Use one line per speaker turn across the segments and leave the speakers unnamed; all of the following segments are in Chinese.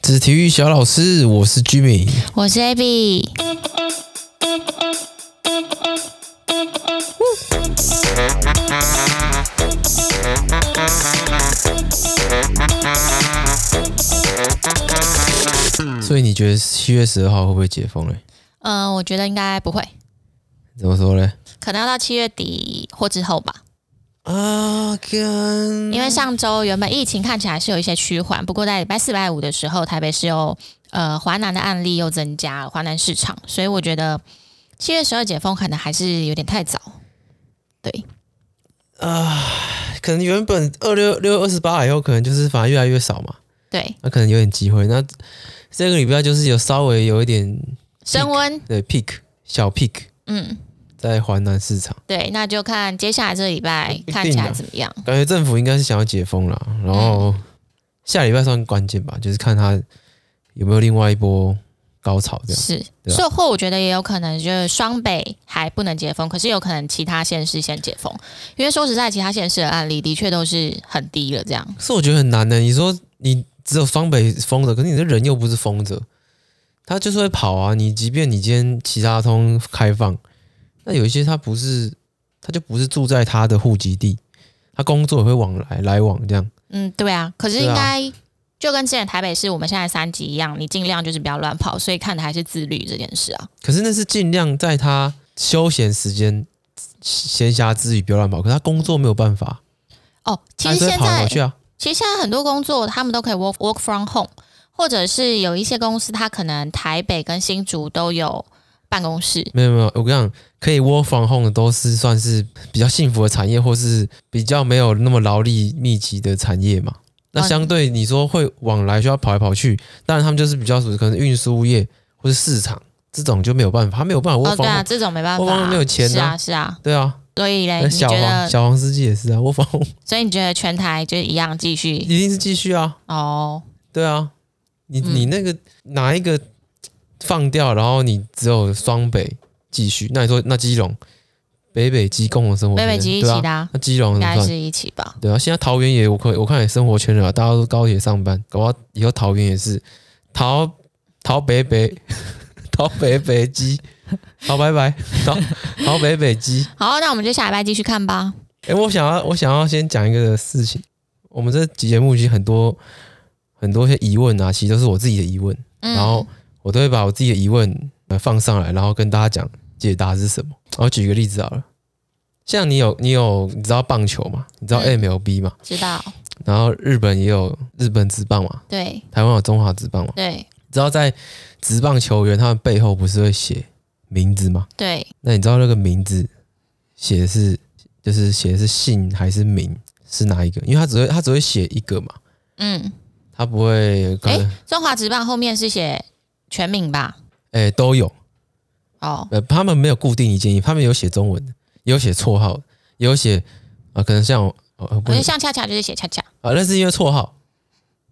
这是体育小老师，我是 Jimmy。
我是 AB，
所以你觉得七月十二号会不会解封嘞？
嗯、呃，我觉得应该不会，
怎么说嘞？
可能要到七月底或之后吧。
啊，跟
因为上周原本疫情看起来是有一些趋缓，不过在礼拜四、礼拜五的时候，台北市又呃华南的案例又增加了华南市场，所以我觉得七月十二解封可能还是有点太早。对，
可能原本二六六月二十八以后，可能就是反而越来越少嘛，
对，
那、可能有点机会。那这个礼拜就是有稍微有一点
升温，
对 peak 小 peak
嗯，
在华南市场，
对，那就看接下来这礼拜
定
看起来
的
怎么样。
感觉政府应该是想要解封啦。然后下礼拜算关键吧，就是看他有没有另外一波高潮这样。
是，
对啊
售后我觉得也有可能就是双北还不能解封，可是有可能其他县市先解封，因为说实在，其他县市的案例的确都是很低了，这样。
可是我觉得很难的、你说你只有双北封着，可是你的人又不是封着，他就是会跑啊。你即便你今天其他通开放，那有一些他不是，他就不是住在他的户籍地，他工作也会往来来往这样。
嗯，对啊，可是
对啊
应该就跟之前台北市我们现在三级一样，你尽量就是不要乱跑，所以看的还是自律这件事啊。
可是那是尽量在他休闲时间、闲暇之余不要乱跑，可是他工作没有办法，
哦，其
他还
实
是会
现
跑来
在
跑去啊。
其实现在很多工作他们都可以 work work from home，或者是有一些公司它可能台北跟新竹都有办公室。
没有没有，我跟你讲，可以 work from home 的都是算是比较幸福的产业，或是比较没有那么劳力密集的产业嘛。那
嗯
相对你说会往来需要跑来跑去，当然他们就是比较属于可能运输业或是市场这种就没有办法，他没有办法 work
哦，对
from
啊，
home。
这种没办
我
法、
忘了
啊，
没有钱啊
是啊，是啊，
对啊，
所以嘞，
那
你
小
觉
黄
得，
小黄司机也是啊，work from home
所以你觉得全台就一样继续
一定是继续啊，
哦？
对啊，你、你
嗯
那个哪一个放掉，然后你只有双北继续，那你说那基隆北北基共的生活圈，
北北极一
对啊
起的、啊，
那基隆
应
怎么
该
办？
是一起吧？
对啊，现在桃园也我看我看也生活圈了啊，大家都高铁上班，搞不好以后桃园也是桃桃北北 桃北北 鸡，桃拜 拜桃桃北北鸡。
好，那我们就下礼拜继续看吧。
哎、我想要我想要先讲一个事情，我们这集节目其实很多很多一些疑问啊，其实都是我自己的疑问，
嗯，
然后我都会把我自己的疑问呃放上来，然后跟大家讲解答是什么。我举一个例子好了，像你有你有你知道棒球嘛？你知道
嗯
MLB 嘛？
知道，
然后日本也有日本职棒嘛，
对
台湾有中华职棒嘛。
对
知道在职棒球员他们背后不是会写名字吗？
对，
那你知道那个名字写的是就是写的是姓还是名是哪一个？因为他只会他只会写一个嘛，
嗯，
他不会可
哎、
能
中华职棒后面是写全名吧？
哎、都有
哦，
呃他们没有固定一件衣服，他们有写中文的，也有写绰号的，也有写啊、呃可能像我呃
我
不
觉
是
得像恰恰就是写恰恰，
啊那是因为绰号，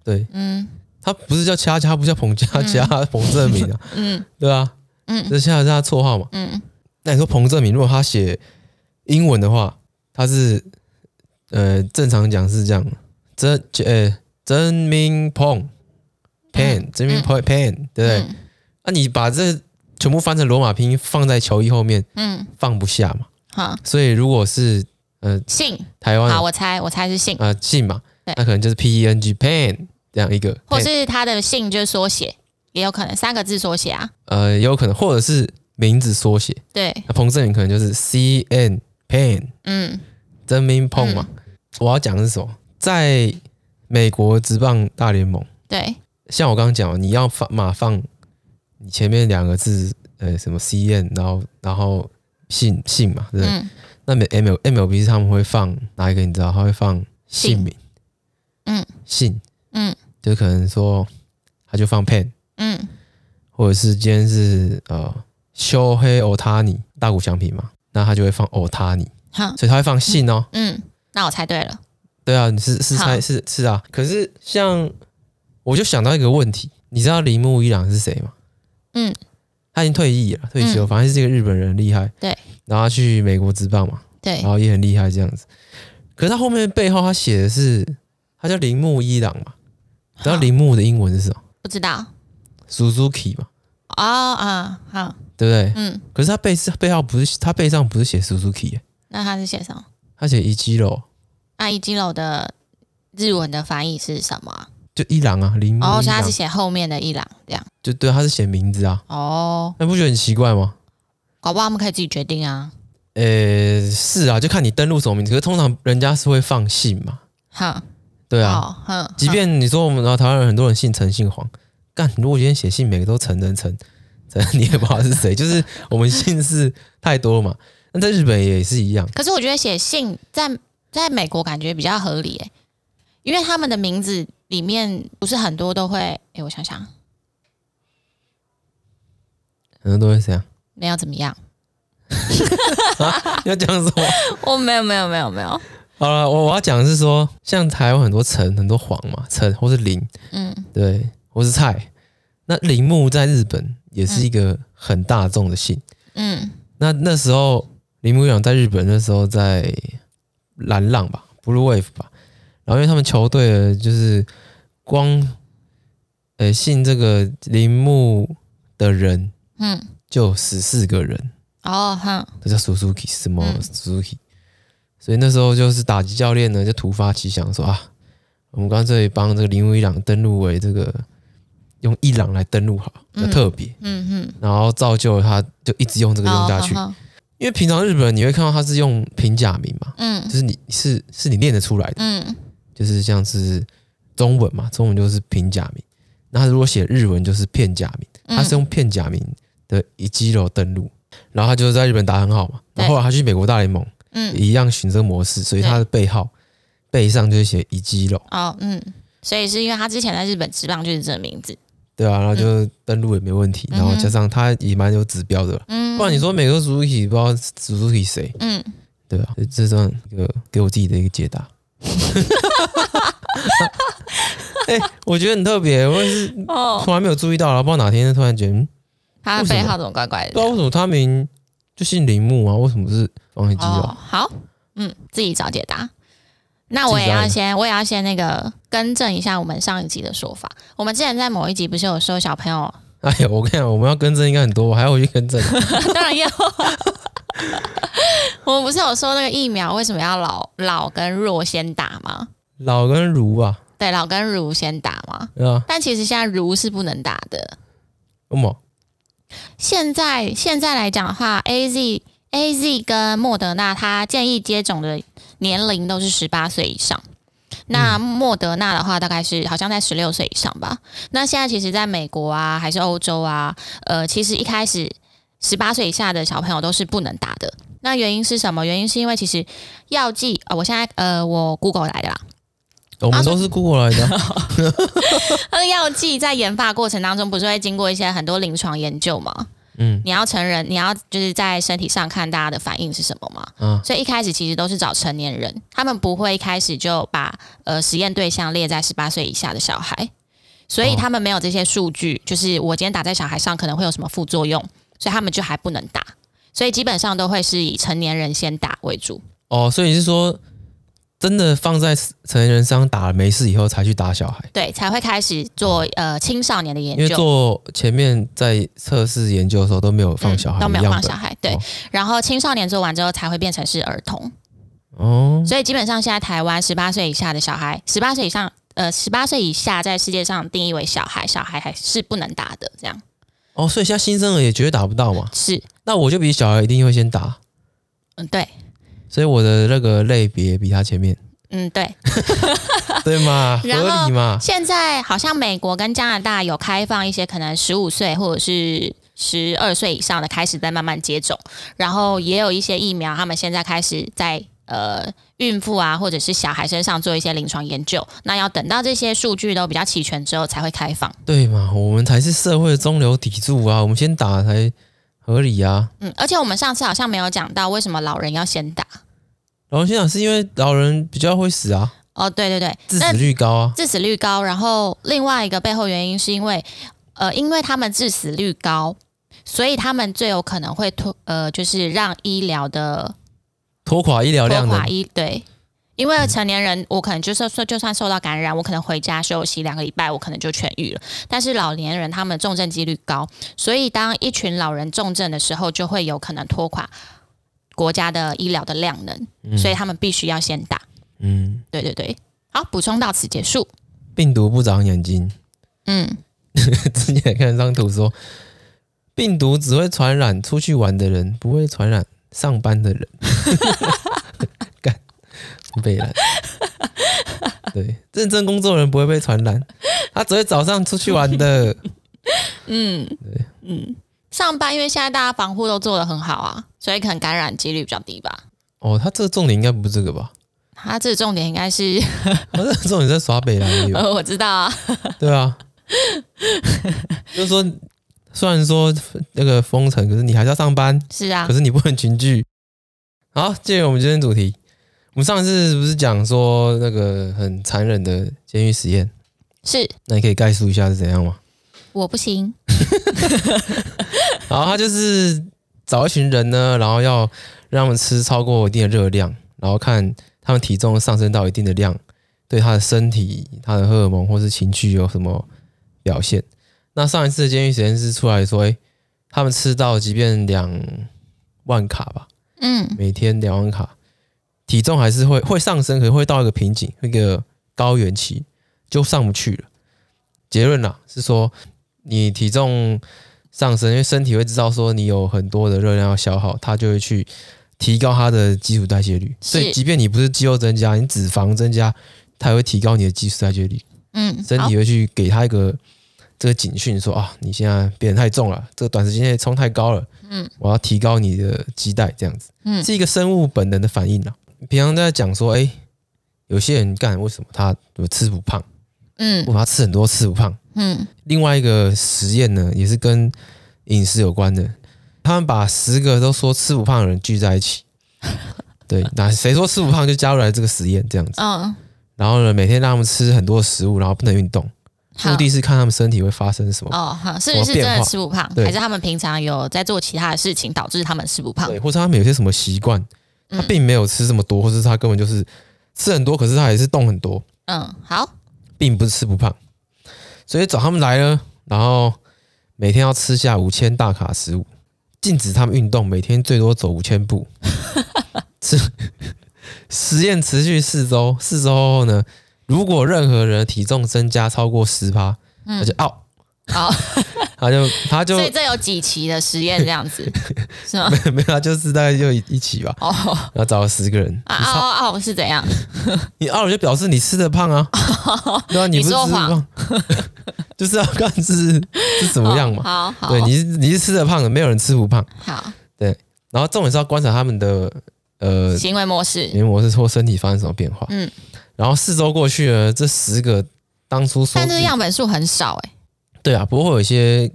对
嗯
他不是叫恰恰，他不叫彭恰恰、彭正明啊，
嗯
对啊，
嗯
这现在是他绰号嘛？
嗯，
那你说彭正明，如果他写英文的话，他是呃正常讲是这样，真呃真明彭 Pan 真明彭 Pan 对不对？
嗯
那、你把这全部翻成罗马拼音放在球衣后面，
嗯，
放不下嘛。
好，
所以如果是呃
姓，
台湾
好，
啊
我猜我猜是姓，
呃姓嘛，
对
那可能就是 P E N G Pan 这样一个，
或
Pan，
是他的姓就是缩写，也有可能三个字缩写啊。
呃有可能，或者是名字缩写，
对，
那彭正明可能就是 C N Pan。
嗯
真名碰嘛。我要讲的是什么？在美国职棒大联盟，
对，
像我刚刚讲的，你要放码放你前面两个字，呃，什么 C N，然后然后姓姓嘛，对不对？
嗯
那美 M L M L B 是他们会放哪一个？你知道？他会放姓名，
嗯
姓，
嗯
就可能说他就放 Pen，
嗯
或者是今天是呃修黑 Otani 大谷翔平嘛，那他就会放 Otani，
好，
所以他会放姓哦。
嗯，那我猜对了，
对啊，你是是
好
猜是是啊，可是像我就想到一个问题，你知道铃木一朗是谁吗？
嗯，
他已经退役了，退休，反正是一个日本人，很厉害。
对，
然后他去美国职棒嘛，
对
然，后也很厉害这样子。可是他后面背后他写的是，他叫铃木一朗嘛，然后
好
铃木的英文是什么？
不知道
Suzuki 嘛，
哦啊好，
对不对？
嗯，
可是他背是背上不是他背上不是写 Suzuki，耶
那它是写什么？
他写一基楼，
那一基楼的日文的翻译是什么啊？
就伊朗啊，铃木
哦，
一
所以它
郎
是写后面的一郎这样。
就对，他是写名字啊，
哦，
那不觉得很奇怪吗？
搞不好他们可以自己决定啊。
呃，是啊，就看你登录什么名字，可是通常人家是会放姓嘛，
哼，
对啊，
哦，哼，
即便你说我们然后台湾人很多人姓陈姓黄，干，如果今天写信每个都陈陈陈陈， 你也不知道是谁，就是我们姓氏太多了嘛。那在日本也是一样，
可是我觉得写信在在美国感觉比较合理、欸，因为他们的名字里面不是很多都会，哎、我想想，
很多都会这样。
没有怎么样，
你要讲什么？
我哦没有没有没有没有，
好了，我我要讲的是说，像台湾很多陈很多黄嘛，陈或是林，
嗯，
对，或是蔡。那铃木在日本也是一个很大众的姓。
嗯
那那时候铃木一朗在日本那时候在蓝浪吧，Blue Wave 吧，然后因为他们球队的就是光呃姓这个铃木的人
嗯，
就十四个人，
哦哼，
这叫 Suzuki 什么
嗯
Suzuki，、所以那时候就是打击教练呢就突发奇想说啊，我们干脆帮这个铃木一朗登录为这个用一朗来登录好，比较
嗯
特别，
嗯哼，
然后造就了他就一直用这个用下去。
哦哼哼
因为平常日本人你会看到他是用平假名嘛，就
嗯
是你是是你练得出来的，
嗯
就是像是中文嘛，中文就是平假名。那他如果写日文就是片假名，
嗯
他是用片假名的一肌肉登录，然后他就是在日本打得很好嘛。
对
然后后来他去美国大联盟，
嗯，
一样循这个模式，所以他的背号背上就是写一肌肉，
哦嗯，所以是因为他之前在日本职棒就是这个名字，
对啊，然后就登录也没问题，
嗯
然后加上他也蛮有指标的啦。
嗯，
不然你说每个 Suzuki 不知道 Suzuki 谁，
嗯，
对啊，这这算一个给我自己的一个解 答。哎、我觉得很特别，我也是
哦，
从来没有注意到，然后不知道哪天突然觉得，嗯
他的
为什么
背号怎么怪怪
不知道为
的？
什么他名就姓铃木啊，为什么是王一基
哦
啊？，
好，嗯，自己找解答。那我也
自
要
己找
先，我也要先那个更正一下我们上一集的说法。我们之前在某一集不是有说小朋友，
哎呀，我跟你讲，我们要更正应该很多，我还要回去 更正。
当然要，我们不是有说那个疫苗为什么要老老跟弱先打吗？
老跟如吧，
对，老跟如先打吗？
对吧？哦
但其实现在如是不能打的。
那么
现在现在来讲的话，A Z A Z 跟莫德纳，它建议接种的年龄都是十八岁以上。那莫德纳的话，大概是好像在十六岁以上吧。那现在其实，在美国啊，还是欧洲啊，呃，其实一开始十八岁以下的小朋友都是不能打的。那原因是什么？原因是因为其实药剂，呃，我现在呃，我 Google 来的啦，
我们都是 Google 来的啊，
它的药剂在研发过程当中，不是会经过一些很多临床研究吗？
嗯
你要成人，你要就是在身体上看大家的反应是什么嘛。
啊，
所以一开始其实都是找成年人，他们不会一开始就把呃实验对象列在十八岁以下的小孩，所以
哦
他们没有这些数据，就是我今天打在小孩上可能会有什么副作用，所以他们就还不能打。所以基本上都会是以成年人先打为主。
哦，所以你是说真的放在成人身上打了没事以后才去打小孩？
对，才会开始做呃青少年的研
因为
究。
做前面在测试研究的时候都没有放小孩、
嗯、
的
都没有
样
放
本
小孩，对。
哦
然后青少年做完之后才会变成是儿童。
哦，
所以基本上现在台湾十八岁以下的小孩，十八岁以上，呃，十八岁以下在世界上定义为小孩，小孩还是不能打的。这样
哦，所以现在新生儿也绝对打不到嘛。
是，
那我就比小孩一定会先打，
嗯，对，
所以我的那个类别比他前面，
嗯，对。
对嘛？
然后
合理嘛？
现在好像美国跟加拿大有开放一些可能十五岁或者是。十二岁以上的开始在慢慢接种，然后也有一些疫苗，他们现在开始在呃孕妇啊或者是小孩身上做一些临床研究。那要等到这些数据都比较齐全之后才会开放。
对嘛？我们才是社会的中流砥柱啊，我们先打才合理啊。
嗯，而且我们上次好像没有讲到为什么老人要先打。
然后现在是因为老人比较会死啊，
哦，对对对，
致
那
死率高啊。
致死率高，然后另外一个背后原因是因为，呃，因为他们致死率高，所以他们最有可能会推呃，就是让医疗的
拖垮医疗
拖
呃量
垮
的，
医对，因为成年人，我可能就是说，就算受到感染，我可能回家休息两个礼拜，我可能就痊愈了。但是老年人他们重症几率高，所以当一群老人重症的时候，就会有可能拖垮国家的医疗的量能，所以他们必须要先打。
嗯，
对对对，好，补充到此结束。
病毒不长眼睛。
嗯，
之前看一张图说，病毒只会传染出去玩的人，不会传染上班的人。 干，被染。对，认真工作的人不会被传染，他只会早上出去玩的。
嗯上班因为现在大家防护都做得很好啊，所以可能感染几率比较低吧。
哦，他这个重点应该不是这个吧？
他这个重点应该是，
他这个重点在耍北兰而已吧
呃，我知道啊，
对啊，就是说，虽然说那个封城，可是你还是要上班，
是啊
可，是你不能群聚。好，借由我们今天主题，我们上次不是讲说那个很残忍的监狱实验？
是
那你可以概述一下是怎样吗？
我不行。
然后他就是找一群人呢，然后要让他们吃超过一定的热量，然后看他们体重上升到一定的量，对他的身体、他的荷尔蒙或是情绪有什么表现。那上一次的监狱实验室出来说，诶，他们吃到即便两万卡吧，
嗯
每天两万卡，体重还是会会上升，可能会到一个瓶颈，一个高原期就上不去了。结论啦、是说，你体重上升，因为身体会知道说你有很多的热量要消耗，它就会去提高它的基础代谢率。
是
所以，即便你不是肌肉增加，你脂肪增加，它也会提高你的基础代谢率。
嗯，
身
好
体会去给他一个这个警讯说，啊，你现在变得太重了，这个短时间内冲太高了，
嗯，
我要提高你的基带，这样子，
嗯
是一个生物本能的反应啊。平常都在讲说，哎、有些人干为什么他我吃不胖，为
嗯
什么他吃很多吃不胖？
嗯
另外一个实验呢，也是跟饮食有关的，他们把十个都说吃不胖的人聚在一起， 对，那谁说吃不胖就加入来这个实验这样子，
嗯，
然后呢，每天让他们吃很多食物，然后不能运动。
好
目的是看他们身体会发生什么，
哦，好，
什
是不
么
是真
变
的
化
吃不胖，
对
还是他们平常有在做其他的事情导致他们吃不胖？
对，或者他们有些什么习惯，他
嗯
并没有吃这么多，或者他根本就是吃很多，可是他也是动很多，
嗯，好，
并不是吃不胖。所以找他们来呢，然后每天要吃下五千大卡食物，禁止他们运动，每天最多走五千步。 吃实验持续四周，四周后呢，如果任何人的体重增加超过十趴，
嗯
他就 out，
好，
他就他 就
所以这有几期的实验这样 子是吗？
没有，他就是大概就一一起吧。
哦啊
然后找了十个人，
啊啊！哦是怎样？
你二就表示你吃的胖 啊，对啊，你不是吃
说
的胖， 就是要看是是怎么样嘛。
好哦好
对，你是你是吃的胖的，没有人吃不胖。
好
然后重点是要观察他们的呃
行为模式，
黏膜是或身体发生什么变化。
嗯，
然后四周过去了，这十个当初说
但
自
是
己
样本数很少哎，
对啊，不过会有一些结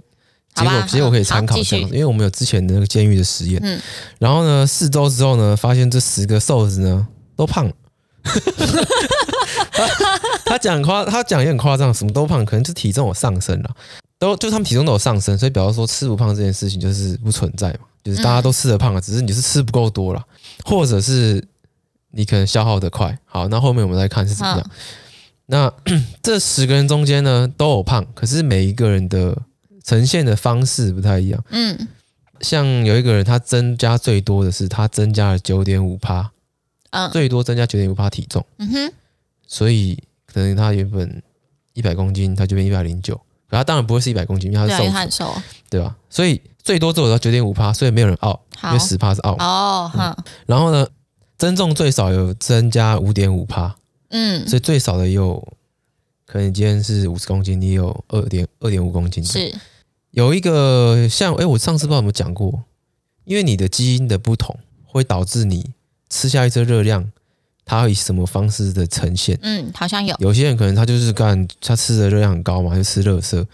好吧
果结果可以参考
好继
这
续
样子，因为我们有之前的那个监狱的实验。
嗯
然后呢，四周之后呢，发现这十个瘦子呢都胖 了。他他讲夸，他讲也很夸张，什么都胖，可能就体重有上升了，都就他们体重都有上升，所以表示说吃不胖这件事情就是不存在嘛，就是大家都吃得胖了，只是你是吃不够多了，或者是你可能消耗得快。好，那后面我们再看是怎么样。那 这十个人中间呢都有胖，可是每一个人的呈现的方式不太一样。
嗯，
像有一个人，他增加最多的是他增加了九点五趴，
嗯
最多增加九点五趴体重，
嗯哼，
所以可能他原本一百公斤，他就变一百零九，可他当然不会是一百公斤，因为他是瘦
对啊，因为
子
他，很瘦，
对吧？所以最多只有到九点五趴，所以没有人傲，因
好
为嗯十趴是傲。
哦，哼，
然后呢，增重最少有增加五点五趴，
嗯，
所以最少的也有可能你今天是五十公斤，你有二点二点五公斤，
是，
有一个像，诶，我上次不知道有没有讲过，因为你的基因的不同，会导致你吃下一次热量，它会以什么方式的呈现？
嗯，好像有，
有些人可能他就是干，他吃的热量很高嘛，就吃热色，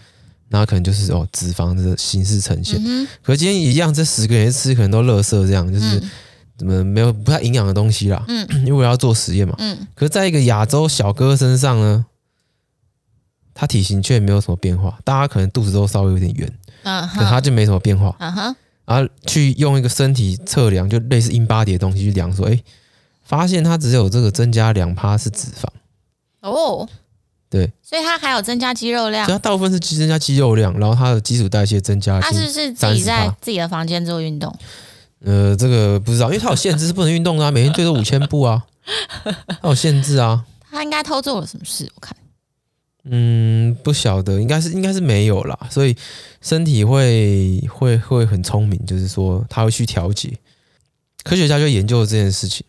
那他可能就是哦脂肪的形式呈现。
嗯
可是今天一样，这十个人吃可能都热色，这样就
哼，
是
嗯
怎么没有不太营养的东西啦。
嗯
因为我要做实验嘛。
嗯，
可是在一个亚洲小哥身上呢，他体型却没有什么变化，大家可能肚子都稍微有点圆，
嗯
可他
哼，
就没什么变化。
嗯哼，
然后去用一个身体测量，就类似英巴迪的东西去量，说，哎，发现它只有这个增加两趴是脂肪，
哦，
对，
所以它还有增加肌肉量
所以，它大部分是肌增加肌肉量，然后它的基础代谢增加已
它
经。
是不是自己在
30%
自己的房间做运动？
呃，这个不知道，因为它有限制，是不能运动的啊，每天最多五千步啊，它有限制啊。
它应该偷做了什么事？我看
嗯，不晓得，应该是应该是没有啦，所以身体会会会很聪明，就是说它会去调节。科学家就研究了这件事情，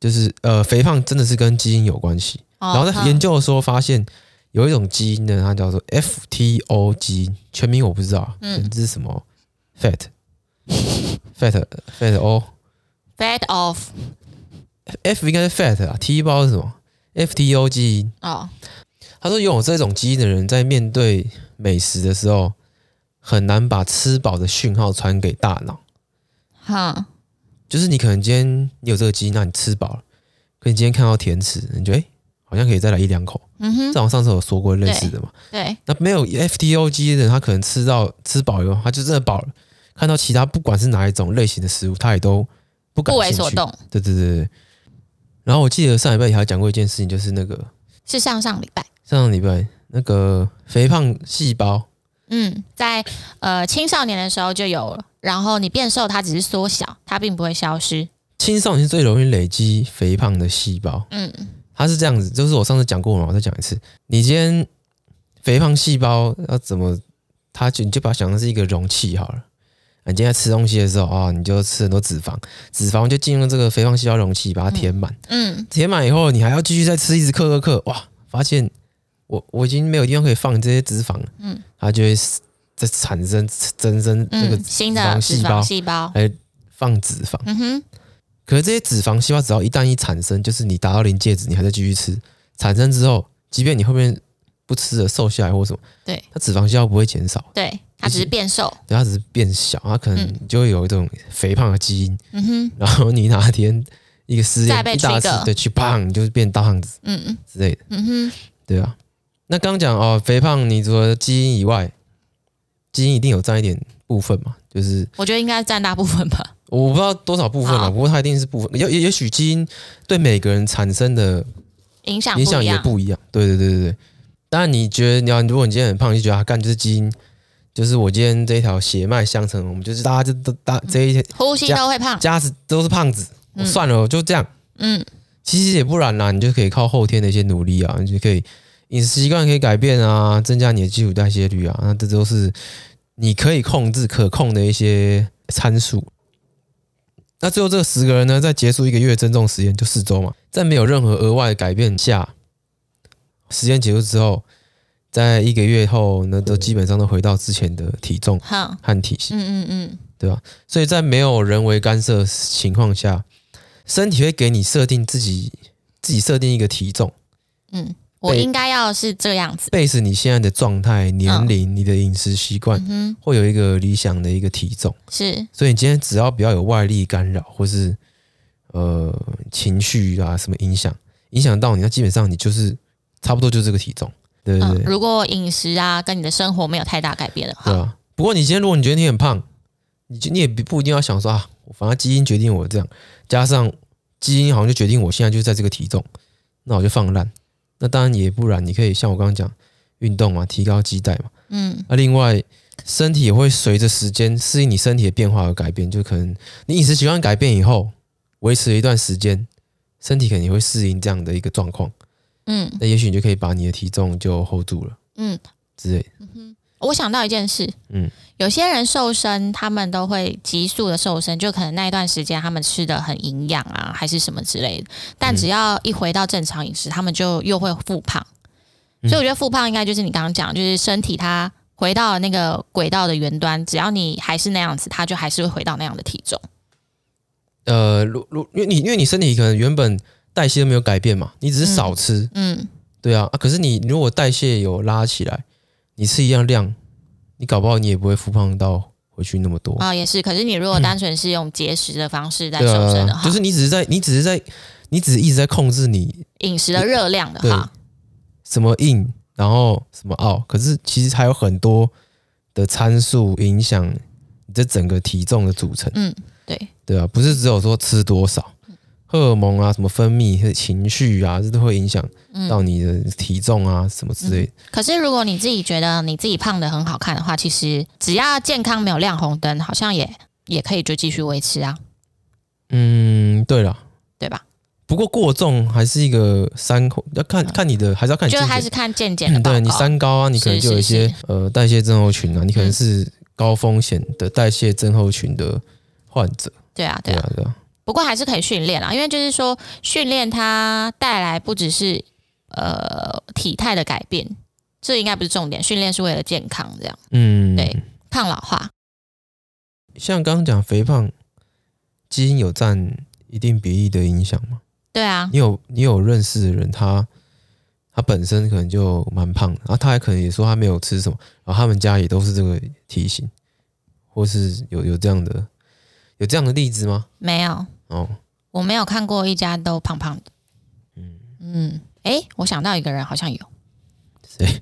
就是呃，肥胖真的是跟基因有关系。
哦，
然后在研究的时候发现，有一种基因呢，它叫做 FTO 基因，全名我不知道，
嗯
嗯，这是什么？Fat Fat Fat O
fat off
F 应该是 Fat 啊，T 不知道是什么？FTO 基因，
哦，
他说拥有这种基因的人，在面对美食的时候，很难把吃饱的讯号传给大脑。
哈，
就是你可能今天你有这个基因，那你吃饱了，可你今天看到甜食，你觉得哎、诶好像可以再来一两口。
嗯
这
哼，
好像上次有说过类似的嘛。
对，
那没有 FTO 基因的人，他可能吃到吃饱以后，他就真的饱了。看到其他不管是哪一种类型的食物，他也都不感
不为
兴
所
趣。
动。
对对对对。然后我记得上礼拜也还讲过一件事情，就是那个
是上上礼拜，
上上礼拜那个肥胖细胞，
嗯，在呃青少年的时候就有了，然后你变瘦，它只是缩小，它并不会消失。
青少年最容易累积肥胖的细胞，
嗯，
它是这样子，就是我上次讲过嘛，我再讲一次。你今天肥胖细胞要怎么，它就你就把它想成是一个容器好了。你今天在吃东西的时候啊、你就吃很多脂肪，脂肪就进入这个肥胖细胞容器，把它填满。
嗯，
填满以后，你还要继续再吃，一直克克克，哇！发现我我已经没有地方可以放这些脂肪，嗯，它就会再产生增生那个
嗯，新的
脂
脂肪
肪细
细胞，
放脂肪。
嗯哼，
可是这些脂肪细胞只要一旦一产生，就是你达到临界值，你还在继续吃，产生之后，即便你后面不吃了，瘦下来或什么，
对，
它脂肪细胞不会减少，
对，它只是变瘦。
对，它只是变小，它可
嗯
能就会有一种肥胖的基因。
嗯哼，
然后你哪天一个失
再
恋
被
一大
trigger
次，对，去胖，你就是变大胖子
嗯嗯
之类的，
嗯哼，
对啊。那刚刚讲哦，肥胖你除了基因以外，基因一定有占一点部分嘛，就是
我觉得应该占大部分 吧。
我不知道多少部分
好
了，不过它一定是部分，也也也许基因对每个人产生的
影响
影
不
响
一
也
样。
不一样。对对对对对。当然，你觉得你要，如果你今天很胖，你就觉得啊，干就是基因，就是我今天这一条血脉相承，我们就是大家就都大这一
呼吸都会胖，
家子都是胖子，我
嗯
算了，我就这样。
嗯，
其实也不然啦，你就可以靠后天的一些努力啊，你就可以饮食习惯可以改变啊，增加你的基础代谢率啊，那这都是你可以控制、可控的一些参数。那最后这十个人呢，在结束一个月增重实验，就四周嘛，在没有任何额外的改变下，实验结束之后，在一个月后呢，都基本上都回到之前的体重
哼，
和体型。
嗯嗯嗯，
所以在没有人为干涉情况下，身体会给你设定自己自己设定一个体重
嗯我
对
应该要是这样子。
，base 你现在的状态、年龄、你的饮食习惯，
嗯哼，
会有一个理想的一个体重。
是，
所以你今天只要不要有外力干扰，或是呃情绪啊什么影响，影响到你，那基本上你就是差不多就这个体重，对对
嗯
对，，
如果饮食啊跟你的生活没有太大改变的
对
话，
啊。不过你今天如果你觉得你很胖，你就你也不不一定要想说啊，反正基因决定我这样，加上基因好像就决定我现在就在这个体重，那我就放烂。那当然也不然，你可以像我刚刚讲，运动嘛，提高肌带嘛。
嗯，
那、另外，身体也会随着时间适应你身体的变化而改变，就可能你饮食习惯改变以后，维持一段时间，身体肯定会适应这样的一个状况。
嗯
那也许你就可以把你的体重就 hold 住了
嗯，
之类的。
我想到一件事，
嗯，
有些人瘦身，他们都会急速的瘦身，就可能那一段时间他们吃的很营养啊，还是什么之类的，但只要一回到正常饮食，他们就又会复胖。
嗯
所以我觉得复胖应该就是你刚刚讲，就是身体它回到了那个轨道的原端，只要你还是那样子，它就还是会回到那样的体重。
呃，如如因为你因为你身体可能原本代谢都没有改变嘛，你只是少吃，
嗯，
对啊啊。可是你如果代谢有拉起来，你吃一样量，你搞不好你也不会复胖到回去那么多。
啊、也是。可是你如果单纯是用节食的方式在
对
瘦身的
啊，
话，
就是你只是在你只是在你只是一直在控制你
饮食的热量的
对
话，
什么硬，然后什么傲，可是其实还有很多的参数影响你这整个体重的组成。
嗯，对，
对啊，不是只有说吃多少，荷尔蒙啊、什么分泌、和情绪啊，这都会影响
嗯
到你的体重啊什么之类的。
可是如果你自己觉得你自己胖的很好看的话，其实只要健康没有亮红灯，好像也也可以就继续维持啊，
嗯，对了，
对吧？
不过过重还是一个三口，要看看你的，还是要看你
嗯就
自己
还
的
是看健检的报告。
对你三高啊，你可能就有一些
是是嗯
呃代谢症候群啊，你可能是高风险的代谢症候群的患者。
对啊，对
对
啊。
啊，对啊，
不过还是可以训练啦，啊因为就是说训练它带来不只是呃体态的改变，这应该不是重点，训练是为了健康，这样
嗯，
对。抗老化。
像刚刚讲肥胖，基因有占一定比例的影响吗？
对啊，
你有你有认识的人，他他本身可能就蛮胖的，然后啊他还可能也说他没有吃什么，然后他们家也都是这个体型，或是有有这样的有这样的例子吗？
没有，
哦，
我没有看过一家都胖胖的。
嗯
嗯，诶，我想到一个人好像有
谁？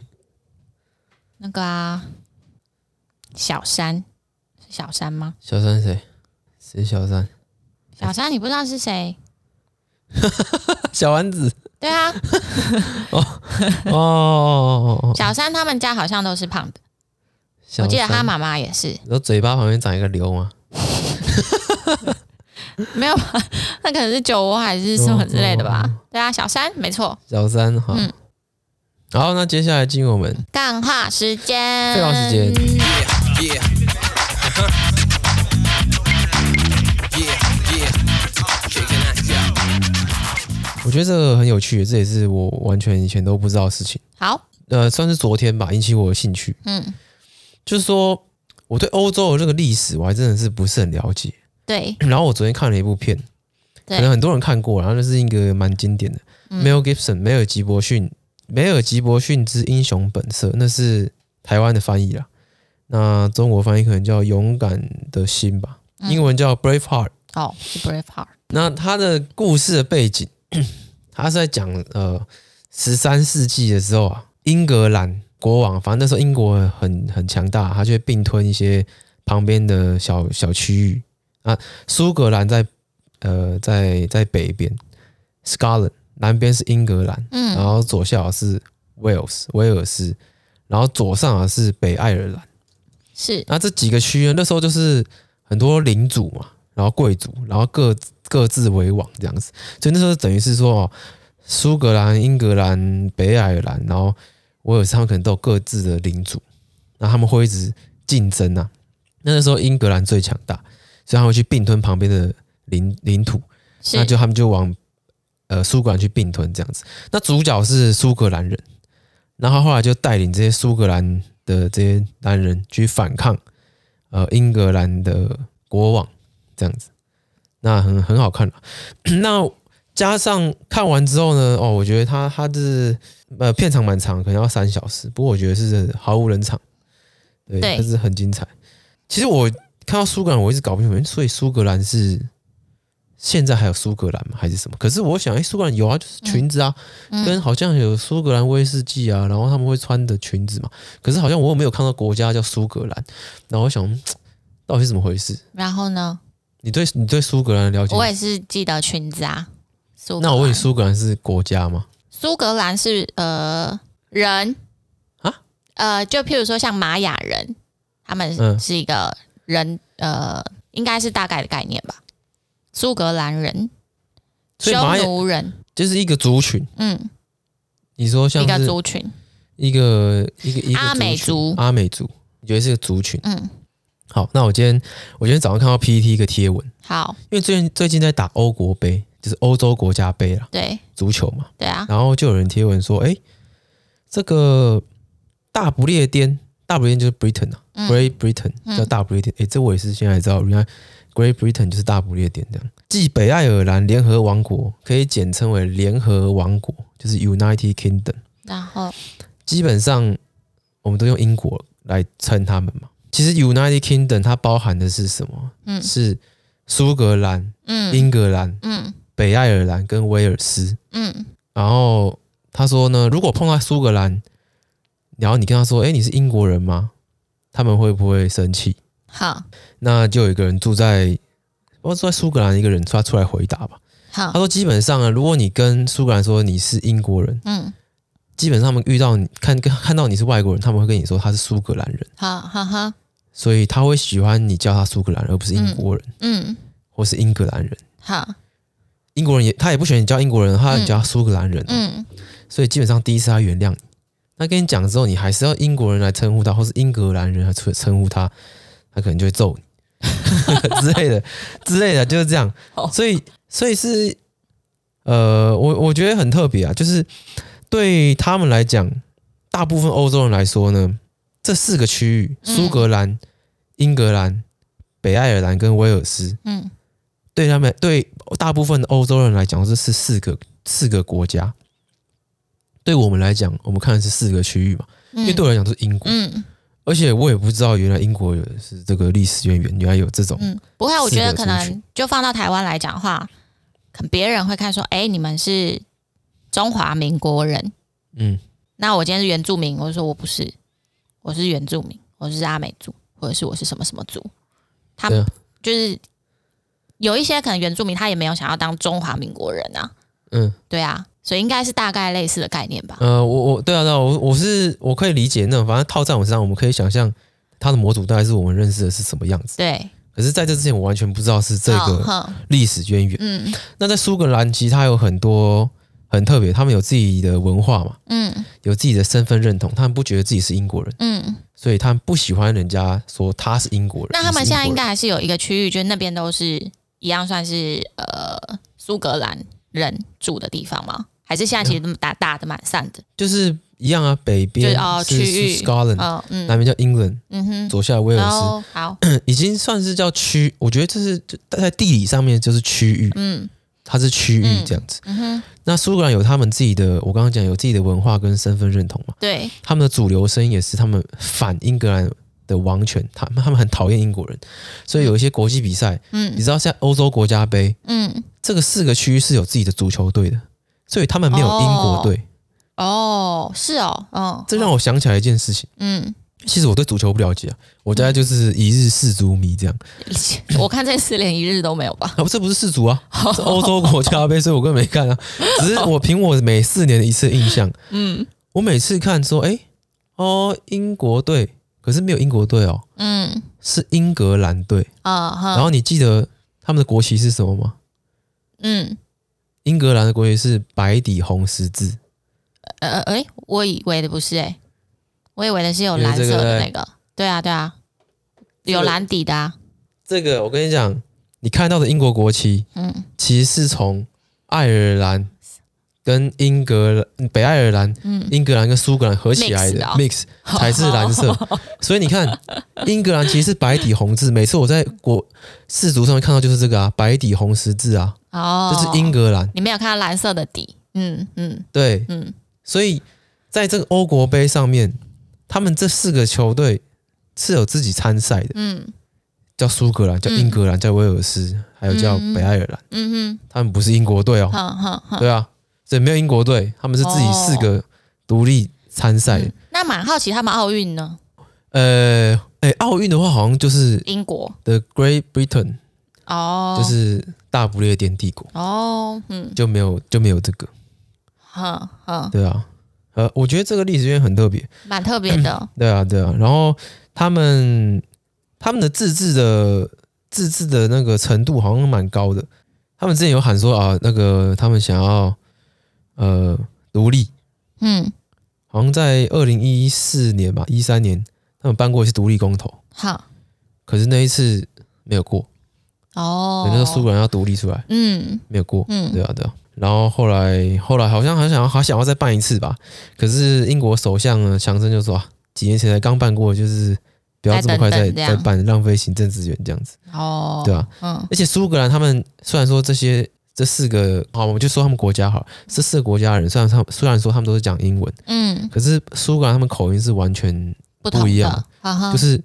那个啊，小山是小山吗？
小三谁？谁小三？哎
小山你不知道是谁？
小丸子
对啊，
哦哦哦哦，
小山他们家好像都是胖的，
小
我记得
三
他，妈妈也是，
然后嘴巴旁边长一个瘤吗？
没有吧？ 那可能是酒窝还是什么之类的
哦
吧？对啊，小山没错，
小三好，
嗯
好，那接下来进入我们
干话时间，
废话时间。我觉得这个很有趣，这也是我完全以前都不知道的事情。
好，
呃，算是昨天吧，引起我的兴趣。
嗯，
就是说，我对欧洲的这个历史，我还真的是不是很了解。
对
然后我昨天看了一部片，
对
可能很多人看过，然后那是一个蛮经典的、
嗯
Mel Gibson 梅尔吉伯逊，梅尔吉伯逊之英雄本色，那是台湾的翻译啦。那中国翻译可能叫《勇敢的心》吧，
嗯
英文叫《Brave Heart》。
哦，是 Brave Heart，
那他的故事的背景， 他是在讲呃十三世纪的时候啊，英格兰国王，反正那时候英国很很强大，他就会并吞一些旁边的小小区域啊。苏格兰在呃在在北边，Scotland 南边是英格兰，然
嗯，
后左下角是 Wales 威尔斯，然后左上角是北爱尔兰。
是
那这几个区呢，那时候就是很多领主嘛，然后贵族，然后各各自为王这样子，所以那时候等于是说哦，苏格兰、英格兰、北爱尔兰，然后威尔士他们可能都有各自的领主，那他们会一直竞争啊。那那时候英格兰最强大，所以他们会去并吞旁边的领领土，那
是，
就他们就往呃苏格兰去并吞这样子。那主角是苏格兰人，然后后来就带领这些苏格兰的这些男人去反抗呃英格兰的国王这样子。那很很好看了。啊 那加上看完之后呢，哦，我觉得他他是呃片长蛮长，可能要三小时，不过我觉得是毫无人场，对，
对
但是很精彩。其实我看到苏格兰，我一直搞不清楚，所以苏格兰是现在还有苏格兰吗？还是什么？可是我想，哎、苏格兰有啊，就是裙子啊，跟好像有苏格兰威士忌啊，然后他们会穿的裙子嘛。可是好像我没有看到国家叫苏格兰，然后我想，嗯到底是怎么回事？
然后呢，
你对你对苏格兰的了解吗？
我也是记得裙子啊，苏格
那我问你，
兰，
苏格兰是国家吗？
苏格兰是呃人
啊，
呃，就譬如说像玛雅人，他们
嗯
是一个人，呃，应该是大概的概念吧，苏格兰人，
所以玛
匈
雅
奴人，
就是一个族群。
嗯，
你说像
一个
是
族群，
一个一个一个
阿美
群
族
阿美族，你觉得是个族群？
嗯，
好，那我今天我今天早上看到 PPT 一个贴文，
好，
因为最近最近在打欧国杯，就是欧洲国家杯啦，
对
足球嘛，
对啊，
然后就有人贴文说，哎、这个大不列颠，大不列颠就是 Britain 啊、
嗯
g r e a t Britain
嗯
叫大不列颠，哎、这我也是现在才知道，原来 Great Britain 就是大不列颠这样。继北爱尔兰联合王国可以简称为联合王国，就是 United Kingdom。
然后
基本上我们都用英国来称他们嘛。其实 United Kingdom 它包含的是什么？
嗯
是苏格兰、
嗯
英格兰、
嗯
北爱尔兰跟威尔斯。
嗯
然后他说呢，如果碰到苏格兰，然后你跟他说：“哎，你是英国人吗？”他们会不会生气？
好
那就有一个人住在，我住在苏格兰，一个人他出来回答吧。
好
他，说基本上啊，如果你跟苏格兰说你是英国人，
嗯，
基本上他们遇到你看跟看到你是外国人，他们会跟你说他是苏格兰人，
好，哈哈，
所以他会喜欢你叫他苏格兰人，而不是英国人、
嗯，
或是英格兰人。
好，
英国人也他也不喜欢你叫英国人，他要你叫他苏格兰人、
嗯，
所以基本上第一次他原谅你。那跟你讲之后，你还是要英国人来称呼他，或是英格兰人来称称呼他，他可能就会揍你 之类的之类的，就是这样
哦。
所以所以是呃，我我觉得很特别啊，就是对他们来讲，大部分欧洲人来说呢，这四个区域——
嗯
苏格兰、英格兰、北爱尔兰跟威尔斯，
嗯，
对他们对大部分的欧洲人来讲，这是四个四个国家。对我们来讲，我们看的是四个区域嘛，因为对我来讲就是英国，
嗯，
而且我也不知道原来英国有是这个历史渊源，原来有这种，
嗯，不会，我觉得可
四个族
能就放到台湾来讲的话，可能别人会看说，哎，你们是中华民国人，
嗯
那我今天是原住民，我就说我不是，我是原住民，我是阿美族，或者是我是什么什么族，他
对
们
啊
就是有一些可能原住民他也没有想要当中华民国人啊，
嗯
对啊，所以应该是大概类似的概念吧。
呃，我我对啊对啊，我我是我可以理解那种，反正套在我身上，我们可以想象它的模组大概是我们认识的是什么样子。
对，
可是在这之前，我完全不知道是这
好
个
哼
历史渊源。
嗯
那在苏格兰，其实它有很多很特别，他们有自己的文化嘛，
嗯
有自己的身份认同，他们不觉得自己是英国人，
嗯，
所以他们不喜欢人家说他是英国人。
那他们现在应
你是英国人
该还是有一个区域，就是那边都是一样，算是呃苏格兰人住的地方吗？还是现在其实那么打打的蛮散的？
就是一样啊，北边
就哦
是
区域
是 Scotland，、
嗯
南边
嗯
叫 England，
嗯哼，
左下威尔
然
士，
后好，
已经算是叫区。我觉得这是就在地理上面就是区域，
嗯
它是区域这样子。
嗯哼，
那苏格兰有他们自己的，我刚刚讲有自己的文化跟身份认同嘛，
对，
他们的主流声音也是他们反英格兰的王权，他们他们很讨厌英国人，所以有一些国际比赛，你
嗯
知道像欧洲国家杯，
嗯，
这个四个区域是有自己的足球队的，所以他们没有英国队。
哦，是哦，嗯，
这让我想起来一件事情，
嗯，
其实我对足球不了解啊，我大概就是一日四足迷这样。
我看这次连一日都没有吧，
啊，这不是世足啊，是欧洲国家杯，所以我根本没看啊。只是我凭我每四年的一次印象，
嗯
我每次看说，哎、哦，英国队，可是没有英国队哦，
嗯
是英格兰队。
啊
然
哈，
后你记得他们的国旗是什么吗？
嗯
英格兰的国旗是白底红十字，
呃诶，我以为的不是诶，我以为的是有蓝色的那个，对啊对啊，有蓝底的啊，
这个我跟你讲，你看到的英国国旗
嗯
其实是从爱尔兰跟英格兰、北爱尔兰、
嗯，
英格兰跟苏格兰合起来的
Mix 的哦
mix 才是蓝 色，所以你看，英格兰其实是白底红字。每次我在国世足上面看到就是这个啊，白底红十字啊，
哦，
这是英，格兰。
你没有看到蓝色的底，嗯嗯
对，
嗯
所以在这个欧国杯上面，他们这四个球队是有自己参赛的，
嗯
叫苏格兰、叫英格兰、叫威尔斯，还有叫北爱尔兰。
嗯
他们不是英国队
哼，
哦，
哼哼哼。
对啊，所以没有英国队，他们是自己四个独立参赛的。
那蛮好奇他们奥运呢，
呃，哎，奥运的话好像就是
英国
The Great Britain。
哦，
就是大不列颠帝国
哦，嗯，
就没有就没有这个，
哼哼，
对啊，呃，我觉得这个历史渊源很特别，
蛮特别的，
对啊，对啊。然后他们他们的自治的自治的那个程度好像蛮高的，他们之前有喊说啊，那个他们想要呃独立，
嗯，
好像在二零一四年吧，一三年他们办过一次独立公投，
好，
可是那一次没有过，
哦
对，那个苏格兰要独立出来
嗯
没有过，
嗯
对啊，对啊。然后后来后来好像还想要还想要再办一次吧，可是英国首相呢强生就说啊，几年前才刚办过，就是不要这么快再
再等等这
再
样
办，浪费行政资源这样子，
哦，
对啊。
嗯
而且苏格兰他们虽然说这些这四个好，我们就说他们国家好了，这四个国家的人虽然他们虽然说他们都是讲英文，
嗯，
可是苏格兰他们口音是完全
不同
不
的，
一样
哈哈，
就是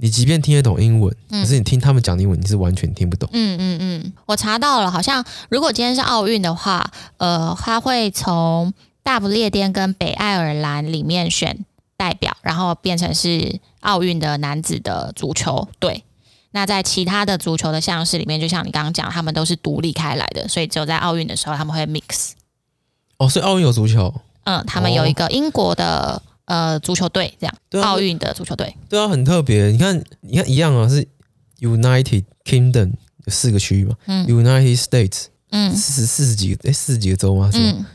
你即便听得懂英文，
嗯
可是你听他们讲英文你是完全听不懂。
嗯嗯嗯，我查到了，好像如果今天是奥运的话，呃，他会从大不列颠跟北爱尔兰里面选代表，然后变成是奥运的男子的足球队。那在其他的足球的项式里面，就像你刚刚讲，他们都是独立开来的，所以只有在奥运的时候他们会 mix。
哦，所以奥运有足球，
嗯，他们有一个英国的、呃足球队，这样
哦对啊
奥运的足球队。
对啊，很特别。你看，你看一样啊，是 United Kingdom 有四个区域嘛、
嗯
u n i t e d States
嗯
四十四十几个，哎，四十几个州嘛，是吗？
嗯，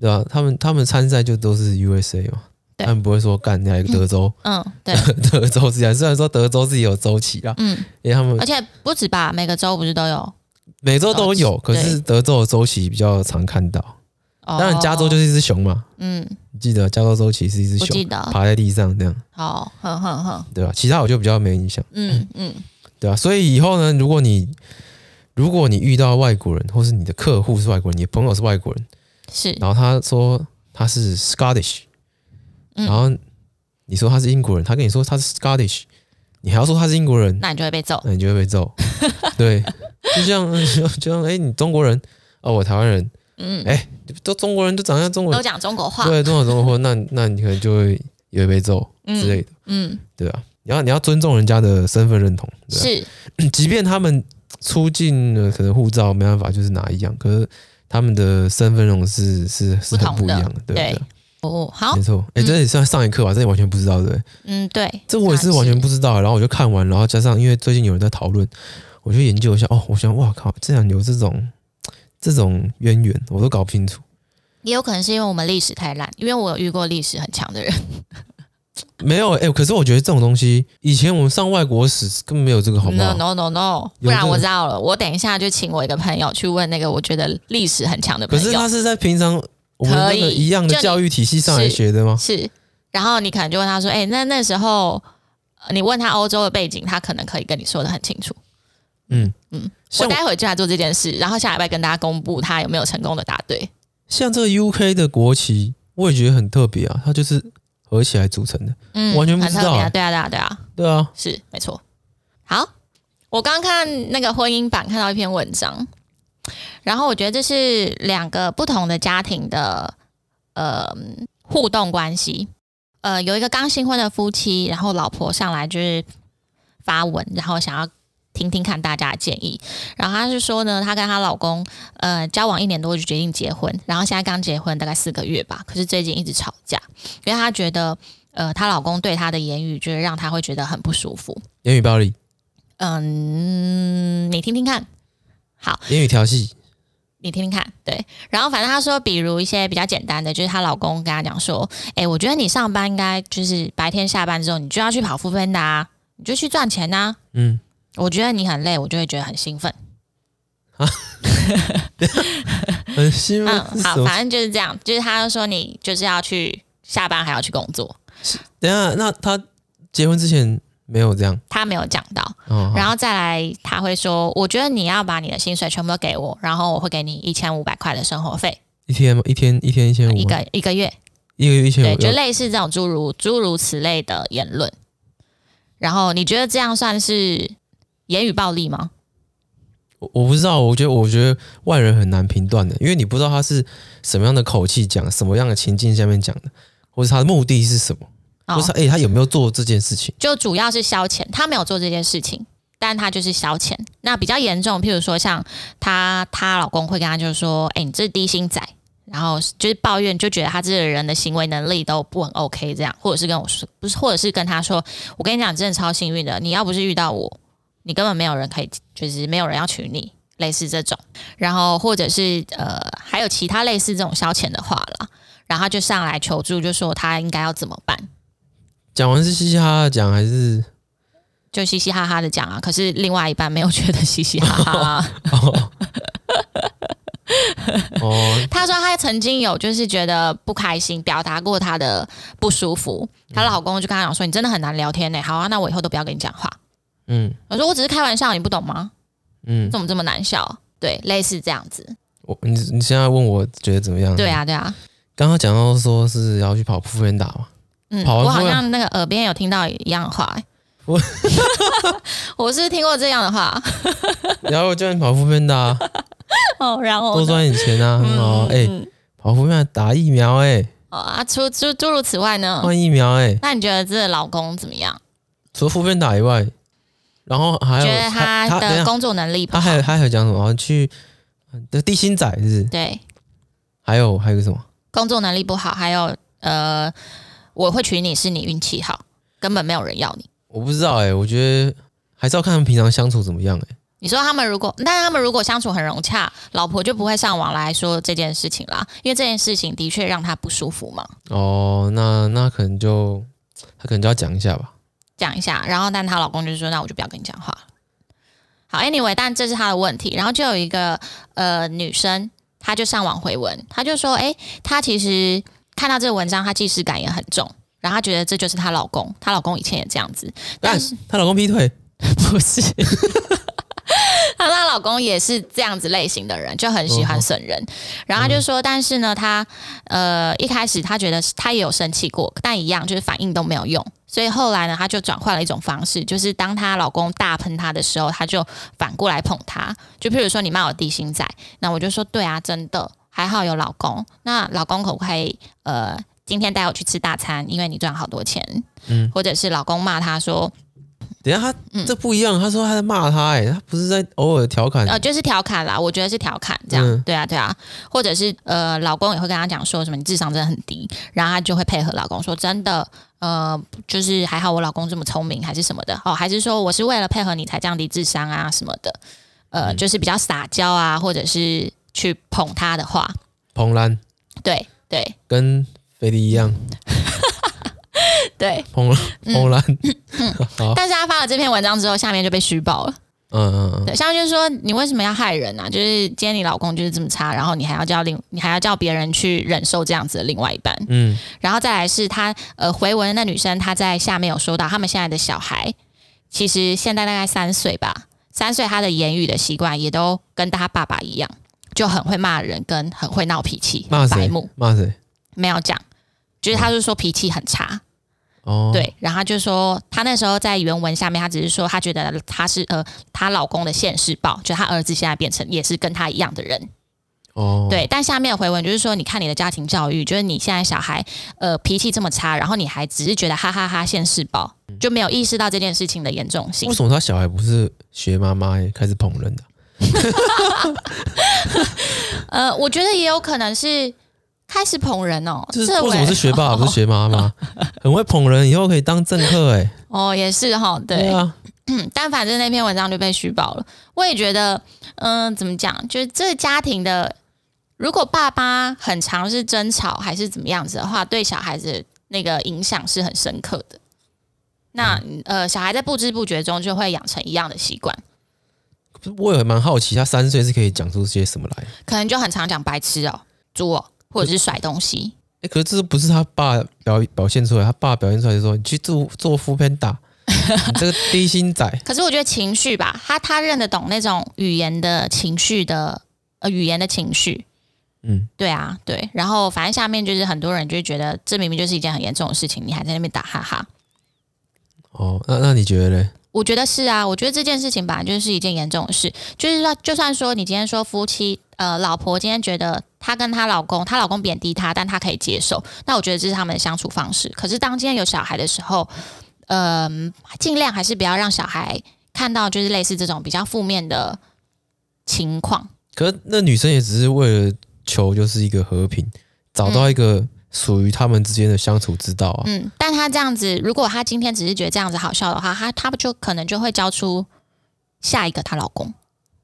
对啊，他们他们参赛就都是 USA 嘛，
对
他们不会说干来个德州，
嗯，对，
德州自己来，虽然说德州自己有州旗啦，
嗯，
因为他们
而且不止吧，每个州不是都有。
每州都有，可
哦对
是德州的州旗比较常看到。
哦、
当然，加州就是一只熊嘛，
嗯，
你记得加州州旗是一只
我记
熊，
得，哦
爬在地上这样，
好，哼哼哼，
对吧、其他我就比较没印象，
嗯嗯
对吧、所以以后呢，如果你如果你遇到外国人，或是你的客户是外国人，你的朋友是外国人，
是，
然后他说他是 Scottish，、
嗯
然后你说他是英国人，他跟你说他是 Scottish，你还要说他是英国人，
那你就会被揍。
那你就会被 揍。对，就像 就像哎、你中国人哦，我台湾人，
嗯，
哎、都中国人都长得像中国
都
人，
讲中国话。
对，中国中国人，那那你可能就会也会被揍之类的，
嗯，
对吧、你要你要尊重人家的身份认同，对啊吧、
是，
即便他们出境了可能护照没办法就是拿一样，可是他们的身份认同是是是很
不同
不一
的
样的，对对
对
啊
哦，好
没，错，哎、这也算上一课吧，这也完全不知道，对不对？
嗯，对，
这我也是
那
完全不知道，然后我就看完，然后加上因为最近有人在讨论，我就研究一下。哦，我想，哇靠，竟然有这种这种渊源，我都搞不清楚。
也有可能是因为我们历史太烂，因为我有遇过历史很强的人。
没有，哎、可是我觉得这种东西，以前我们上外国史根本没有这个，好不
No
好？
no no no，
有
不然我
这个
知道了，我等一下就请我一个朋友去问那个我觉得历史很强的
可
朋
是
友
他是在平常我们那
可
个
以
一样的
就你
教育体系上来
是
学的吗？
是，然后你可能就问他说，哎、那那时候呃你问他欧洲的背景，他可能可以跟你说的很清楚。
嗯
嗯，我
像
待会就来做这件事，然后下礼拜跟大家公布他有没有成功的答对。
像这个 UK 的国旗，我也觉得很特别啊，它就是合起来组成的。
嗯，
完全不
很
知
特别啊
道欸
对啊对啊对啊，
对啊，
是没错。好，我刚看那个婚姻版看到一篇文章，然后我觉得这是两个不同的家庭的呃互动关系。呃，有一个刚新婚的夫妻，然后老婆上来就是发文，然后想要听听看大家的建议。然后她是说呢，她跟她老公呃交往一年多就决定结婚，然后现在刚结婚大概四个月吧，可是最近一直吵架，因为她觉得呃，她老公对她的言语，就是让她会觉得很不舒服。
言语暴力，
嗯，你听听看，好，
言语调戏，
你听听看，对。然后反正她说，比如一些比较简单的，就是她老公跟她讲说，哎、我觉得你上班应该就是白天下班之后，你就要去跑富芬达、啊，你就去赚钱呐、
嗯，
我觉得你很累，我就会觉得很兴奋。
很兴奋是哦
嗯，
什
好，
么
反正就是这样，就是她就说你就是要去下班还要去工作，
等一下，那他结婚之前没有这样
她没有讲到。
哦，
然
后
后再来，他会说：“我觉得你要把你的薪水全部都给我，然后我会给你一千五百块的生活费，
一天吗一天一天一千五吗，
一个一个月。
一个月一”千
对，
五，呃
就
有
类似这种诸如诸如此类的言论。然后你觉得这样算是言语暴力吗？
我我不知道，我觉得我觉得外人很难评断的，因为你不知道他是什么样的口气讲，什么样的情境下面讲的，或者他的目的是什么，
哦
或是他哎、他有没有做这件事情？
就主要是消遣，他没有做这件事情，但他就是消遣。那比较严重，譬如说像她她老公会跟她就是说：“哎、你这是低薪仔。”然后就是抱怨，就觉得她这个人的行为能力都不很 OK，这样，或者是跟我说，不是，或者是跟她说：“我跟你讲，你真的超幸运的，你要不是遇到我，你根本没有人可以，就是没有人要娶你。”类似这种，然后或者是呃，还有其他类似这种消遣的话啦，然后她就上来求助，就说她应该要怎么办。
讲完是嘻嘻哈哈讲还是
就嘻嘻哈哈的讲啊，可是另外一半没有觉得嘻嘻哈哈、 啊。
哦 哦
她说她曾经有就是觉得不开心，表达过她的不舒服。她老公就跟她讲说：“你真的很难聊天呢、好啊，那我以后都不要跟你讲话。
嗯”
我说：“我只是开玩笑，你不懂吗？
嗯，
怎么这么难笑？”对，类似这样子。
我你你现在问我觉得怎么样？
对，啊，对啊。
刚刚讲到说是要去跑扑克打 嘛，
嗯，
跑完
我好
步啊
像那个耳边有听到一样的话、欸。
我
我是听过这样的话
然后我叫你跑扑克打，
哦，然后
多
呢
赚点钱啊，很好啊
嗯
哎、跑扑克打疫苗哎、
哦啊，除诸诸如此外呢，
换疫苗哎、
那你觉得这个老公怎么样？
除了副片打以外，然后还有
觉得
他
他
等一
的
下
工作能力不
他
好
还。有他还有讲什么？哦去呃地心仔是不是？
对，
还有还有个什么？
工作能力不好，还有呃，我会娶你是你运气好，根本没有人要你。
我不知道哎、我觉得还是要看他们平常相处怎么样哎、
你说他们如果，但他们如果相处很融洽，老婆就不会上网来说这件事情啦，因为这件事情的确让她不舒服嘛。
哦，那那可能就他可能就要讲一下吧。
讲一下，然后但她老公就说：“那我就不要跟你讲话了。”好，anyway，但这是她的问题。然后就有一个呃女生，她就上网回文，她就说：“诶，她其实看到这个文章，她既视感也很重，然后她觉得这就是她老公，她老公以前也这样子，但
但
是
她老公劈腿，
不是。”她 她老公也是这样子类型的人，就很喜欢损人。然后她就说，但是呢，她呃一开始她觉得她也有生气过，但一样就是反应都没有用。所以后来呢，她就转换了一种方式，就是当她老公大喷她的时候，她就反过来捧他。就譬如说，你骂我地心仔，那我就说对啊，真的还好有老公。那老公可不可以呃今天带我去吃大餐，因为你赚好多钱？
嗯
或者是老公骂她说，
等一下他
嗯
这不一样，他说他在骂他哎、他不是在偶尔调侃。
呃，就是调侃啦，我觉得是调侃这样，
嗯
对啊，对啊，或者是呃，老公也会跟她讲说什么你智商真的很低，然后她就会配合老公说真的，呃，就是还好我老公这么聪明还是什么的，哦，还是说我是为了配合你才降低智商啊什么的，
嗯
呃，就是比较撒娇啊，或者是去捧她的话，
彭兰
对对
跟菲迪一样，
对，
彭兰
嗯
彭兰， 好，
但是她发了这篇文章之后，下面就被虚报了，
哦嗯嗯嗯，
对，下面就是说你为什么要害人啊？就是今天你老公就是这么差，然后你还要叫另你还要叫别人去忍受这样子的另外一半。
嗯，
然后再来是她呃回文的那女生，她在下面有说到，他们现在的小孩其实现在大概三岁吧，三岁他的言语的习惯也都跟他爸爸一样，就很会骂人，跟很会闹脾气，
骂
很
谁
白目，？
骂谁？
没有讲。就是他就说脾气很差，
哦，，
对，然后他就说他那时候在原文下面，他只是说他觉得他是呃她老公的现世报，就他儿子现在变成也是跟他一样的人，
哦，，
对，但下面的回文就是说，你看你的家庭教育，就是你现在小孩呃脾气这么差，然后你还只是觉得哈哈哈现世报，就没有意识到这件事情的严重性
为。什么他小孩不是学妈妈、欸、开始捧人的？
呃，我觉得也有可能是开始捧人哦，
就是
这哦
为什
位
么是学霸不是学妈妈？很会捧人，以后可以当政客哎、欸。
哦，也是哈、 对，
啊，
嗯，但反正那篇文章就被虚报了。我也觉得，嗯、怎么讲，就是这个家庭的，如果爸妈很常是争吵还是怎么样子的话，对小孩子那个影响是很深刻的。那呃，小孩在不知不觉中就会养成一样的习惯，
我也蛮好奇，他三岁是可以讲出些什么来？
可能就很常讲白痴哦、猪哦，或者是甩东西。
哎、可是这不是他爸表表现出来，他爸表现出来就说你去做做副片打，你 这个低薪仔，
可是我觉得情绪吧，他他认得懂那种语言的情绪的呃语言的情绪，
嗯，
对啊，对，然后反正下面就是很多人就会觉得这明明就是一件很严重的事情，你还在那边打哈哈。
哦，那那你觉得嘞？
我觉得是啊，我觉得这件事情本来就是一件严重的事，就是说，就算说你今天说夫妻，呃，老婆今天觉得她跟她老公，她老公贬低她，但她可以接受，那我觉得这是他们的相处方式。可是当今天有小孩的时候，嗯、尽量还是不要让小孩看到就是类似这种比较负面的情况。
可是那女生也只是为了求就是一个和平，找到一个属于他们之间的相处之道啊。
嗯，但他这样子，如果他今天只是觉得这样子好笑的话，他他不就可能就会交出下一个她老公。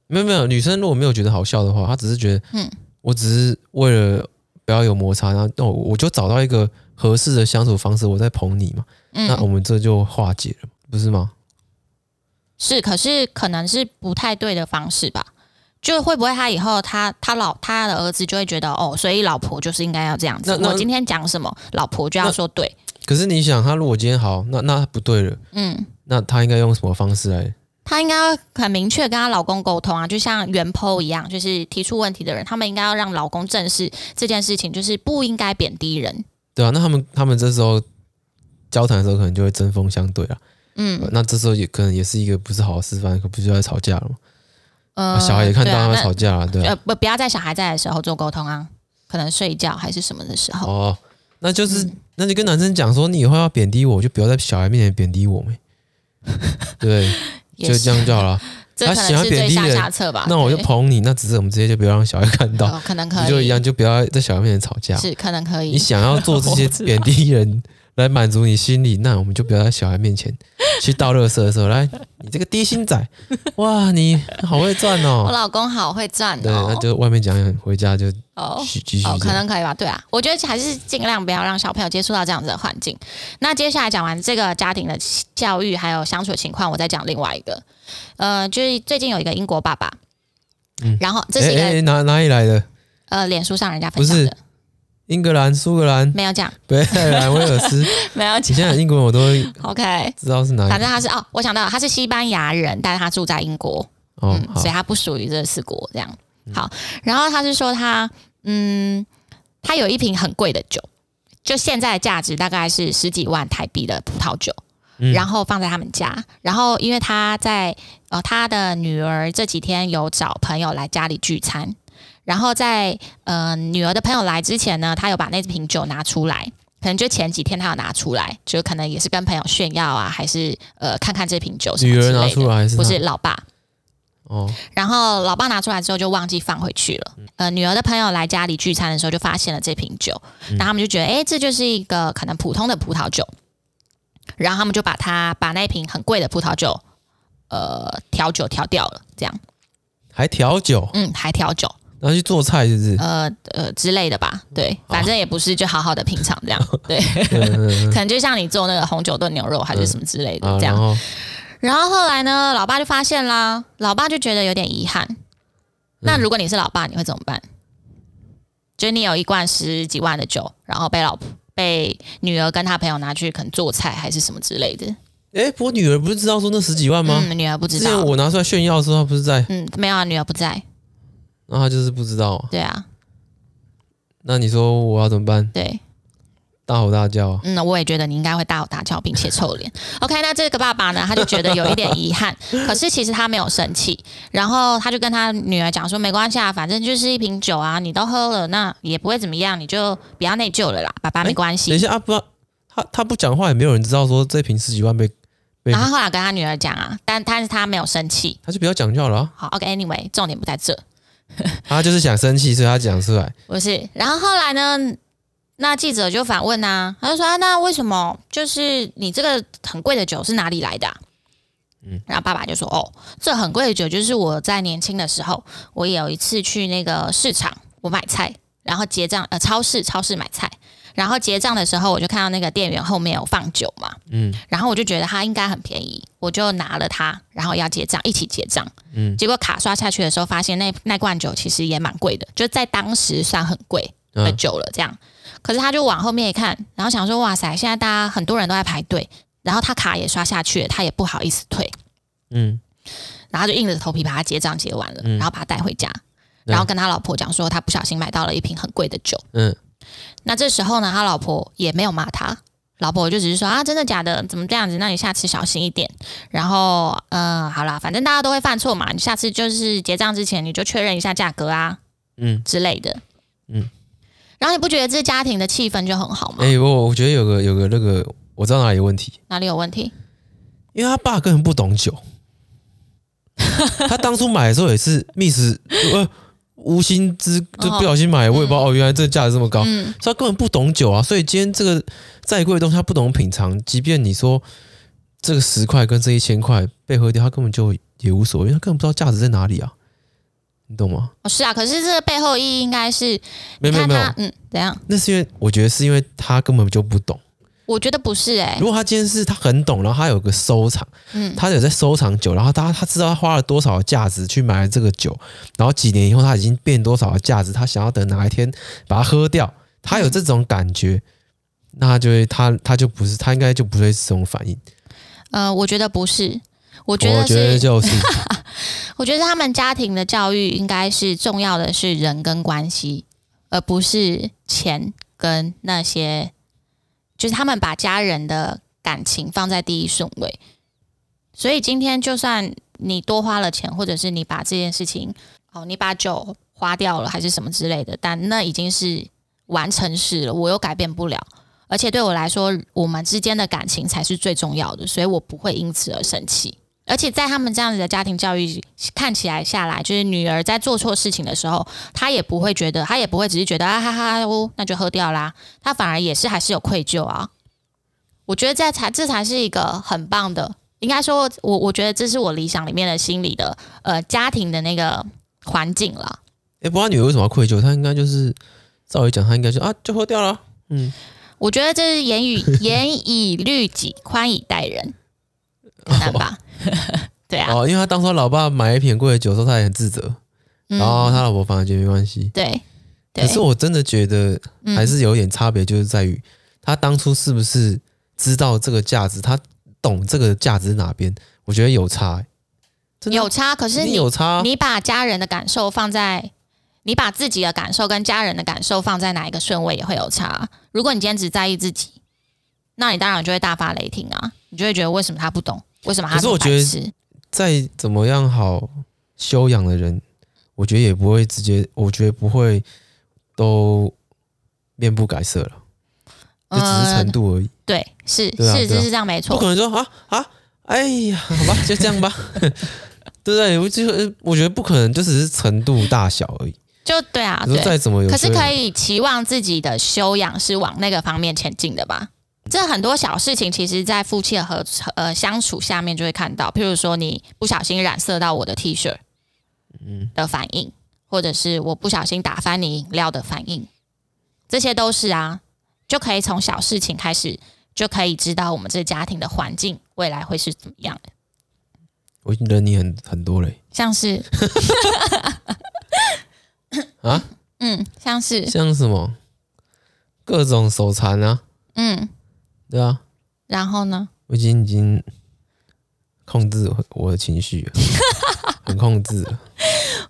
没有没有，女生如果没有觉得好笑的话，她只是觉得，嗯
嗯，
我只是为了不要有摩擦，然后那我我就找到一个合适的相处方式，我在捧你嘛，那我
嗯，
们这就化解了，不是吗？
是，可是可能是不太对的方式吧。就会不会他以后他他老他的儿子就会觉得哦，所以老婆就是应该要这样子。
那那
我今天讲什么，老婆就要说对。
可是你想，她如果今天好，那那不对了，
嗯，
那她应该用什么方式来？
她应该要很明确跟她老公沟通啊，就像原 PO 一样，就是提出问题的人，他们应该要让老公正视这件事情，就是不应该贬低人。
对啊，那他们他们这时候交谈的时候，可能就会针锋相对啊。
嗯，
那这时候也可能也是一个不是好的示范，可不就在吵架了吗？
呃，
小孩也看到
对啊
他
那
们吵架了，对啊
呃，不，不要在小孩在的时候做沟通啊，可能睡觉还是什么的时候。
哦，那就是、那就跟男生讲说，你以后要贬低我，就不要在小孩面前贬低我呗。对，
也
就是这样就好了。
这
他
可
喜
能
欢
是
贬
最
低
下
人
下策吧。
那我就
对
捧你，那只是我们直接就不要让小孩看到，
哦可能可
不
以，
就一样，就不要在小孩面前吵架。
是可能可以
你。想要做这些
我知道
贬低人来满足你心理，那我们就不要在小孩面前去倒垃圾的时候，来，你这个低薪仔，哇，你好会赚
我
哦。
老公好会赚
对，那
哦，
就外面讲讲，回家就
哦
继继续
哦，可
讲。
能可以吧，对啊，我觉得还是尽量不要让小朋友接触到这样子的环境。那接下来讲完这个家庭的教育还有相处的情况，我再讲另外一个，呃，就是最近有一个英国爸爸，
嗯
然后这
哎
是一个、
哎，哎哪哪里来的？
呃，脸书上人家
不
分享
是
的，
英格兰、苏格兰、
没有讲，
北爱尔兰、威尔斯。你
没有
现在英国人我都会
，OK，
知道是哪
反
里
正他是哦，我想到了他是西班牙人，但是他住在英国，
哦。
嗯，
好
所以，他不属于这四国这样。好，然后他是说他，嗯，他有一瓶很贵的酒，就现在的价值大概是十几万台币的葡萄酒，
嗯
然后放在他们家。然后因为他在呃他的女儿这几天有找朋友来家里聚餐，然后在呃女儿的朋友来之前呢，他有把那瓶酒拿出来。可能就前几天他有拿出来，就可能也是跟朋友炫耀啊，还是呃看看这瓶酒什么
女
之
儿
类的。
拿出来还是
不
他
是老爸，
哦，
然后老爸拿出来之后就忘记放回去了。呃，女儿的朋友来家里聚餐的时候就发现了这瓶酒，然后他们就觉得，诶，这就是一个可能普通的葡萄酒。然后他们就把它把那瓶很贵的葡萄酒，呃，调酒调掉了，这样，
还调酒，
嗯，还调酒，
然后去做菜是不是？
呃呃之类的吧，对，反正也不是就好好的品尝这样，对，
嗯嗯
可能就像你做那个红酒炖牛肉还是什么之类
嗯
的
啊，
这样
然。后
然后后来呢，老爸就发现啦，老爸就觉得有点遗憾。那
嗯
如果你是老爸，你会怎么办？就是你有一罐十几万的酒，然后被老婆、被女儿跟她朋友拿去可能做菜还是什么之类的。
哎，我女儿不是知道说那十几万吗？
嗯，女儿不
之
知
前
道。
我拿出来炫耀的时候，她不是在，
嗯，没有啊，女儿不在。
然后她就是不知道啊。
对啊，
那你说我要怎么办？
对，
大吼大叫啊？
嗯，我也觉得你应该会大吼大叫，并且臭脸。OK，那 这个爸爸呢，他就觉得有一点遗憾，可是其实他没有生气，然后他就跟他女儿讲说，没关系啊，反正就是一瓶酒啊，你都喝了，那也不会怎么样，你就不要内疚了啦，爸爸没关系。
等一下啊，不知道他他不讲话，也没有人知道说这瓶十几万被被
然，后后来跟他女儿讲啊，但但是他没有生气。
他就不要讲就好了啊、
好，OK，Anyway，、重点不在这，
他就是想生气，所以他讲出来。
不是。然后后来呢，那记者就反问啊，他就说、啊那为什么就是你这个很贵的酒是哪里来的啊、
嗯
然后爸爸就说：“哦，这很贵的酒就是我在年轻的时候，我有一次去那个市场，我买菜，然后结账，呃，超市超市买菜，然后结账的时候，我就看到那个店员后面有放酒嘛，
嗯
然后我就觉得它应该很便宜，我就拿了它，然后要结账，一起结账。
嗯
结果卡刷下去的时候，发现那那罐酒其实也蛮贵的，就在当时算很贵的
嗯，
酒了。这样，可是他就往后面一看，然后想说，哇塞，现在大家很多人都在排队，然后他卡也刷下去了，他也不好意思退，
嗯，
然后就硬着头皮把它结账结完了，
嗯
然后把它带回家，
对
然后跟他老婆讲说，他不小心买到了一瓶很贵的酒。
嗯，
那这时候呢，他老婆也没有骂他，老婆就只是说啊，真的假的？怎么这样子？那你下次小心一点。然后，嗯、好啦，反正大家都会犯错嘛，你下次就是结账之前你就确认一下价格啊
嗯
之类的。
嗯，
然后你不觉得这家庭的气氛就很好吗？
哎、我我觉得有个有个那个，我知道哪里有问题，
哪里有问题？
因为他爸根本不懂 酒。他当初买的时候也是 miss 呃无心之就不小心买，我也不知道哦，原来这价值这么高。
嗯，
所以他根本不懂酒啊，所以今天这个再贵的东西他不懂品尝，即便你说这个十块跟这一千块被喝掉，他根本就也无所谓，因为他根本不知道价值在哪里啊，你懂吗？
哦是啊，可是这个背后意义应该是，
没有没有
你看
没有
他，嗯，怎样？
那是因为我觉得是因为他根本就不懂。
我觉得不是哎、
如果他今天是他很懂，然后他有个收藏，
嗯
他有在收藏酒，然后他他知道他花了多少的价值去买了这个酒，然后几年以后他已经变多少的价值，他想要等哪一天把它喝掉，他有这种感觉，那他就会他他就不是他应该就不会是这种反应，
呃，我觉得不是，我觉
我
得
觉
是，
得就是，
我觉得他们家庭的教育应该是重要的是人跟关系，而不是钱跟那些，就是他们把家人的感情放在第一顺位。所以今天就算你多花了钱，或者是你把这件事情哦，你把酒花掉了还是什么之类的，但那已经是完成式了，我又改变不了。而且对我来说，我们之间的感情才是最重要的，所以我不会因此而生气。而且在他们这样子的家庭教育看起来下来，就是女儿在做错事情的时候，她也不会觉得，她也不会只是觉得啊哈哈哦，那就喝掉啦，她反而也是还是有愧疚啊。我觉得这才这才是一个很棒的，应该说，我我觉得这是我理想里面的心理的呃家庭的那个环境了。
哎，不然女儿为什么要愧疚？她应该就是照理讲，她应该就啊就喝掉了。嗯，
我觉得这是严以 严以律己，宽以 待人，很难吧？ 对啊，
哦，因为她当初她老爸买一瓶贵的酒的时候，她也很自责，
嗯，
然后她老婆反而觉得没关系。
对，对
哦可是我真的觉得
嗯
还是有点差别，就是在于她当初是不是知道这个价值，她懂这个价值哪边？我觉得有差、欸，真的
有差，可
一
是
定
你
有差啊，
你把家人的感受放在，你把自己的感受跟家人的感受放在哪一个顺位也会有差。如果你今天只在意自己，那你当然就会大发雷霆啊，你就会觉得为什么他不懂，为什么他
可是我
不白
觉得
痴
再怎么样好修养的人，我觉得也不会直接，我觉得不会都面不改色了，就只是程
嗯，
度而已，
对，是
对啊
是
对啊
是是这样没
不可
错，
能说啊啊，哎呀，好吧，就这样吧， 对不对？我就我觉得不可能，就只是程度大小而已。
就对啊，
你说
对。
再怎么有
可
修
是
养，
可以期望自己的修养是往那个方面前进的吧？这很多小事情，其实，在夫妻的和呃相处下面就会看到，譬如说你不小心染色到我的 T 恤，
嗯，
的反应，或者是我不小心打翻你饮料的反应，这些都是啊，就可以从小事情开始，就可以知道我们这家庭的环境未来会是怎么样的。
我忍你很很多嘞。
像是
啊，
嗯，像是
像什么各种手残啊，
嗯，
对啊，
然后呢？
我已经已经控制我的情绪了，很控制了。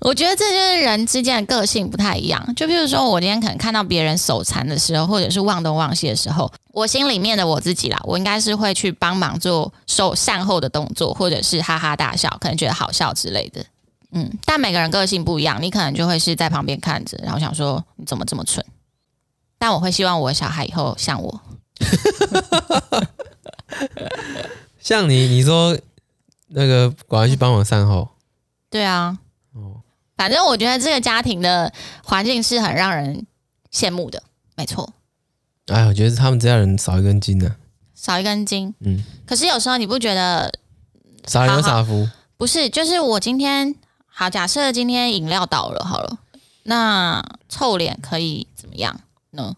我觉得这就是人之间的个性不太一样。就譬如说，我今天可能看到别人手残的时候，或者是忘东忘西的时候，我心里面的我自己啦，我应该是会去帮忙做手善后的动作，或者是哈哈大笑，可能觉得好笑之类的。嗯，但每个人个性不一样，你可能就会是在旁边看着，然后想说你怎么这么蠢。但我会希望我的小孩以后像我，
像你，你说那个赶快去帮忙善后，
对啊，
哦，
反正我觉得这个家庭的环境是很让人羡慕的，没错，
哎，我觉得他们这家人少一根筋啊呢、
少一根筋。
嗯，
可是有时候你不觉得
傻人有傻福，
不是，就是我今天好，假设今天饮料倒了，好了，那臭脸可以怎么样呢？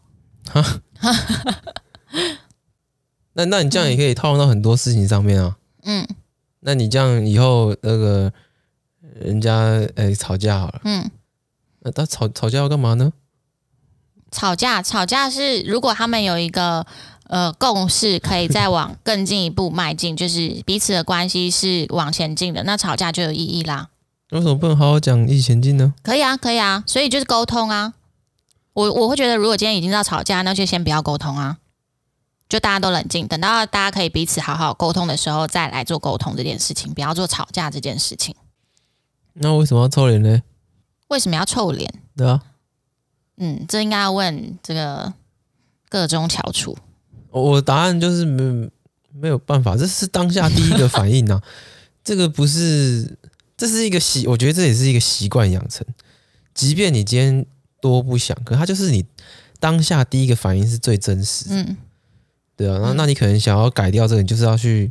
那那你这样也可以套用到很多事情上面啊。
嗯
那你这样以后那个人家哎、吵架好了，
嗯，
那他吵吵架要干嘛呢？
吵架吵架是如果他们有一个呃共识，可以再往更进一步迈进，就是彼此的关系是往前进的，那吵架就有意义啦。
为什么不能好好讲一起前进呢？
可以啊，可以啊，所以就是沟通啊。我我会觉得，如果今天已经到吵架，那就先不要沟通啊，就大家都冷静，等到大家可以彼此好好沟通的时候，再来做沟通这件事情，不要做吵架这件事情。
那为什么要臭脸呢？
为什么要臭脸？
对啊，
嗯，这应该要问这个各中翘楚。
我我答案就是没没有办法，这是当下第一个反应 啊。这个不是，这是一个习，我觉得这也是一个习惯养成。即便你今天多不想，可它就是你当下第一个反应是最真实的，
嗯
对啊。那
嗯
那你可能想要改掉这个，你就是要去，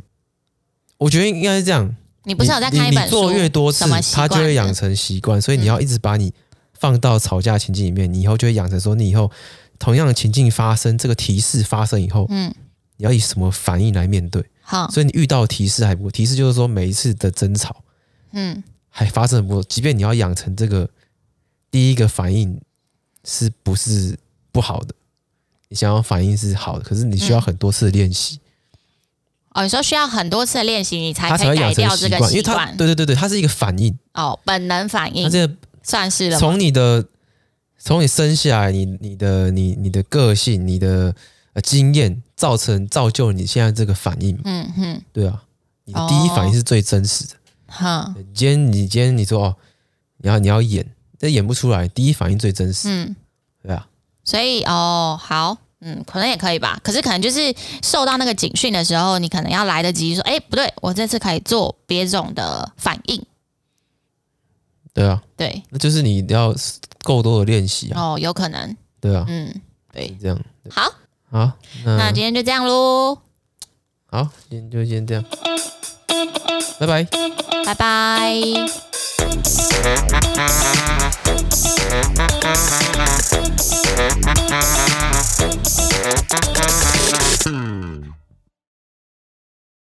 我觉得应该是这样。
你不是有在
你
看一
你
本
你
书？
做越多次
什么，习
它
惯嗯
就会养成习惯，所以你要一直把你放到吵架情境里面，你以后就会养成说，你以后同样的情境发生，这个提示发生以后，
嗯，
你要以什么反应来面对。
好，
所以你遇到提示还不够，提示就是说每一次的争吵
嗯，
还发生的不够，即便你要养成这个第一个反应是不是不好的，你想要反应是好的，可是你需要很多次的练习，
嗯哦，你说需要很多次的练习，你才
它才
可
会
以
养
改
成
掉这
习
个
惯，因
习
为它
惯。
对对对对，它是一个反应，
哦，本能反
它
应
这个
算是了吗。
从你的从你生下来，你你的你你的个性，你的呃经验造成造就你现在这个反应，
嗯哼，
对啊，你的第一
哦
反应是最真实的。
哼，
你今天你今天你说哦，你要你要演，但演不出来，第一反应最真实，
嗯。
对啊，
所以哦，好，嗯，可能也可以吧。可是可能就是受到那个警讯的时候，你可能要来得及说，哎、不对，我这次可以做别种的反应。
对啊，
对，
那就是你要够多的练习啊，
哦，有可能，
对啊，
嗯，对。
这样
好，
好，
那今天就这样喽，
好，今天就先这样，拜拜。
拜拜。